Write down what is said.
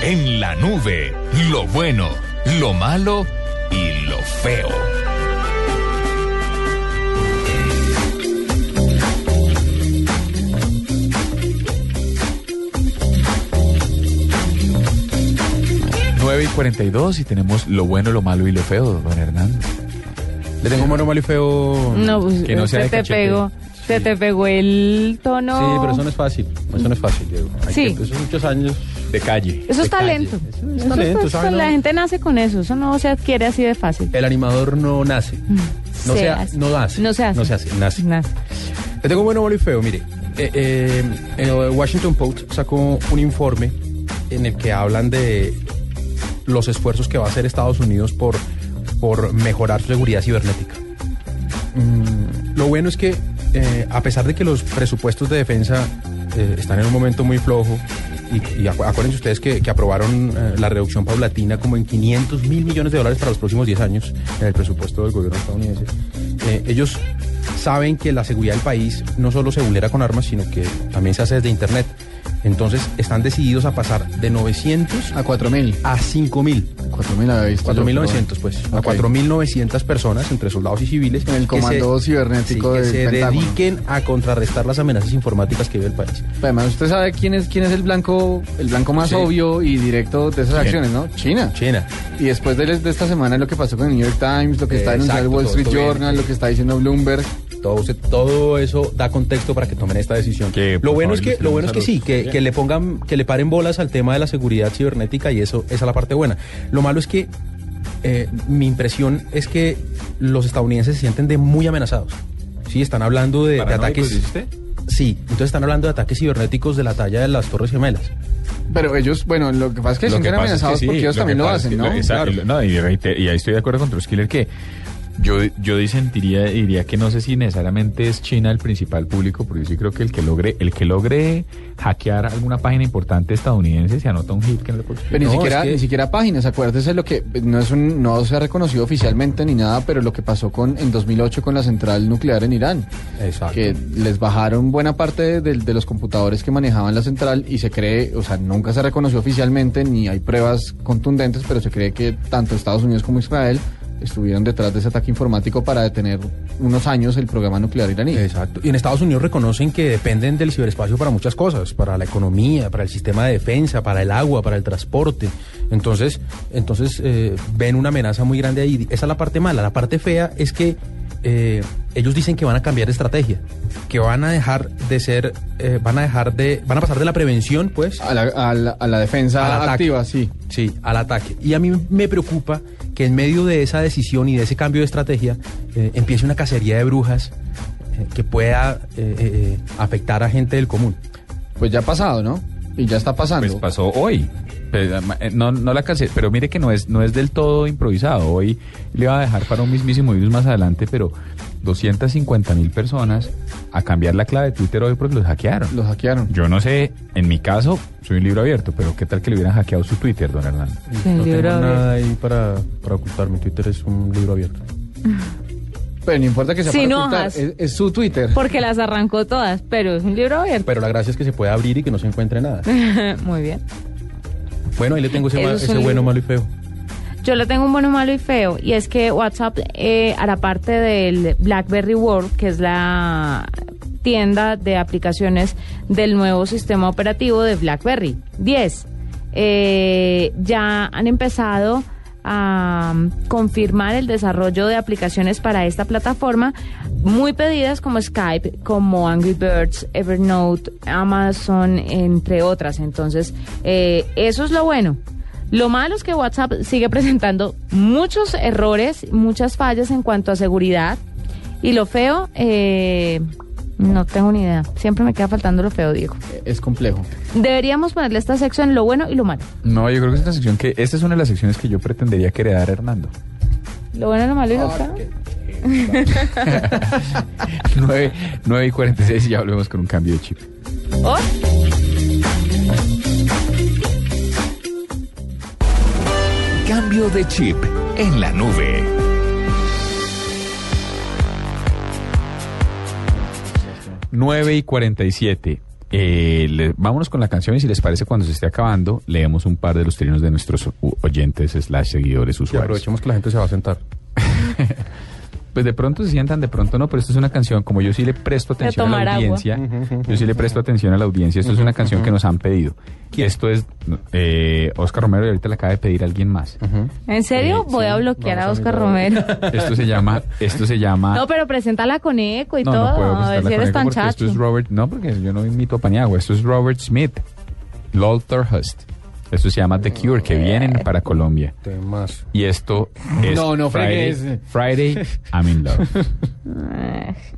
En la nube, lo bueno, lo malo y lo feo. Nueve y 42 y tenemos lo bueno, lo malo y lo feo, don Hernando. Le tengo mono mal y feo. No, pues Mm, que no sea se de te cachete. pegó. Se te pegó el tono. Sí, pero eso no es fácil. Eso no es fácil, Diego. Hay Sí. que- eso es muchos años de calle. Eso es de calle. talento. Eso es Eso talento, es- ¿sabe? La No- gente nace con eso. Eso no se adquiere así de fácil. Mm. El animador no nace. No Se se, hace. no nace. No se hace. No se hace, nace. Nace. Le tengo bueno, malo y feo. Mire, eh, eh, el Washington Post sacó un informe en el que hablan de los esfuerzos que va a hacer Estados Unidos por, por mejorar su seguridad cibernética. Mm, lo bueno es que, eh, a pesar de que los presupuestos de defensa eh, están en un momento muy flojo, y, y acu- acuérdense ustedes que, que aprobaron eh, la reducción paulatina como en 500 mil millones de dólares para los próximos 10 años en el presupuesto del gobierno estadounidense, eh, ellos saben que la seguridad del país no solo se vulnera con armas, sino que también se hace desde Internet. Entonces están decididos a pasar de 900 A 4000. a 5 mil. 4000 había visto. 4.900, pues. A Ok. 4.900 personas, entre soldados y civiles. En el que comando cibernético que del se Pentágono. dediquen a contrarrestar las amenazas informáticas que vive el país. Pues, Además, usted sabe quién es quién es el blanco, el blanco más Sí. obvio y directo de esas acciones, ¿no? China. China. Y después de, de esta semana lo que pasó con el New York Times, lo que está Exacto, denunciando el Wall todo Street esto viene, Journal, sí. lo que está diciendo Bloomberg. Todo, usted- todo eso da contexto para que tomen esta decisión. Que, por lo bueno favor, es que, les lo bueno es tenemos que sí, salud. que, que le pongan, que le paren bolas al tema de la seguridad cibernética y eso, esa es la parte buena. Lo malo es que eh, mi impresión es que los estadounidenses se sienten de muy amenazados. Sí, están hablando de, de ¿Paranoicos, ataques. dice usted? Sí, entonces están hablando de ataques cibernéticos de la talla de las Torres Gemelas. Pero ellos, bueno, lo que pasa es que se Lo que sienten pasa es que amenazados sí, porque ellos lo que también lo pasa es hacen, que ¿no? lo- esa- lo- no, y, reiter- y ahí estoy de acuerdo con Truskiller que yo, yo disentiría, diría que no sé si necesariamente es China el principal público, porque yo sí creo que el que logre, el que logre hackear alguna página importante estadounidense se anota un hit que no le puedo explicar. Pero No, ni es siquiera, que- ni siquiera páginas, acuérdese lo que no es un, no se ha reconocido oficialmente ni nada, pero lo que pasó con en 2008 con la central nuclear en Irán, Exacto. que les bajaron buena parte de, de los computadores que manejaban la central y se cree, o sea, nunca se reconoció oficialmente ni hay pruebas contundentes, pero se cree que tanto Estados Unidos como Israel estuvieron detrás de ese ataque informático para detener unos años el programa nuclear iraní. Exacto. Y en Estados Unidos reconocen que dependen del ciberespacio para muchas cosas, para la economía, para el sistema de defensa, para el agua, para el transporte. Entonces, entonces eh, ven una amenaza muy grande ahí. Esa es la parte mala. La parte fea es que eh, ellos dicen que van a cambiar de estrategia, que van a dejar de ser, eh, van a dejar de, van a pasar de la prevención, pues, A la, a la- a la Al defensa ataque. activa, sí. Ah, Sí, al ataque. Y a mí me preocupa que en medio de esa decisión y de ese cambio de estrategia eh, empiece una cacería de brujas eh, que pueda eh, eh, eh, afectar a gente del común. Pues ya ha pasado, ¿no? Y ya está pasando. Pues pasó hoy. Pero, eh, no, no la casé, pero mire que no es, no es del todo improvisado. Hoy le va a dejar para un mismísimo virus más adelante, pero 250 mil personas a cambiar la clave de Twitter hoy porque los hackearon. Los hackearon. Yo no sé, en mi caso, soy un libro abierto, pero ¿qué tal que le hubieran hackeado su Twitter, don Hernando? Sí, el no tengo libro abierto. nada ahí para, para ocultar. Mi Twitter es un libro abierto. Pero no importa que sea Sin para ocultar, hojas. es, es su Twitter. Porque las arrancó todas, pero es un libro abierto. Pero la gracia es que se puede abrir y que no se encuentre nada. Muy bien. Bueno, ahí le tengo ese, Mm. Eso ma- es ese un bueno, libro. malo y feo. Yo le tengo un bueno, malo y feo. Y es que WhatsApp eh, hará parte del BlackBerry World, que es la tienda de aplicaciones del nuevo sistema operativo de BlackBerry 10. Eh, ya han empezado a mm, confirmar el desarrollo de aplicaciones para esta plataforma muy pedidas como Skype, como Angry Birds, Evernote, Amazon, entre otras. Entonces, eh, eso es lo bueno. Lo malo es que WhatsApp sigue presentando muchos errores, muchas fallas en cuanto a seguridad. Y lo feo, eh, No tengo ni idea. Siempre me queda faltando lo feo, Diego. Es complejo. Deberíamos ponerle esta sección lo bueno y lo malo. No, yo creo que es una sección que. Esta es una de las secciones que yo pretendería que heredara Hernando. Lo bueno, lo malo y lo feo. 9, 9 y 46 y ya volvemos con un cambio de chip. Oh, Cambio de chip en la nube. Nueve y 47. Eh, le- vámonos con la canción y si les parece cuando se esté acabando leemos un par de los trinos de nuestros u- oyentes slash seguidores Y usuarios. aprovechemos que la gente se va a sentar. Pues de pronto se sientan, de pronto no, pero esto es una canción, como yo sí le presto atención a tomar la agua. audiencia, yo sí le presto atención a la audiencia, esto es una canción que nos han pedido. Esto es eh, Oscar Romero y ahorita la acaba de pedir alguien más. ¿En serio? Voy a bloquear a Oscar Romero. Esto se llama, esto se llama... No, pero preséntala con eco y Ah. No, no todo. puedo a ver si presentarla con eres tan eco porque chato. Esto es Robert, no, porque yo no imito a Paniagua, esto es Robert Smith, Lolter Hust. Esto se llama The Cure, que vienen para Colombia. Temas. Y esto es No, no Friday, fregues. Friday, I'm in love.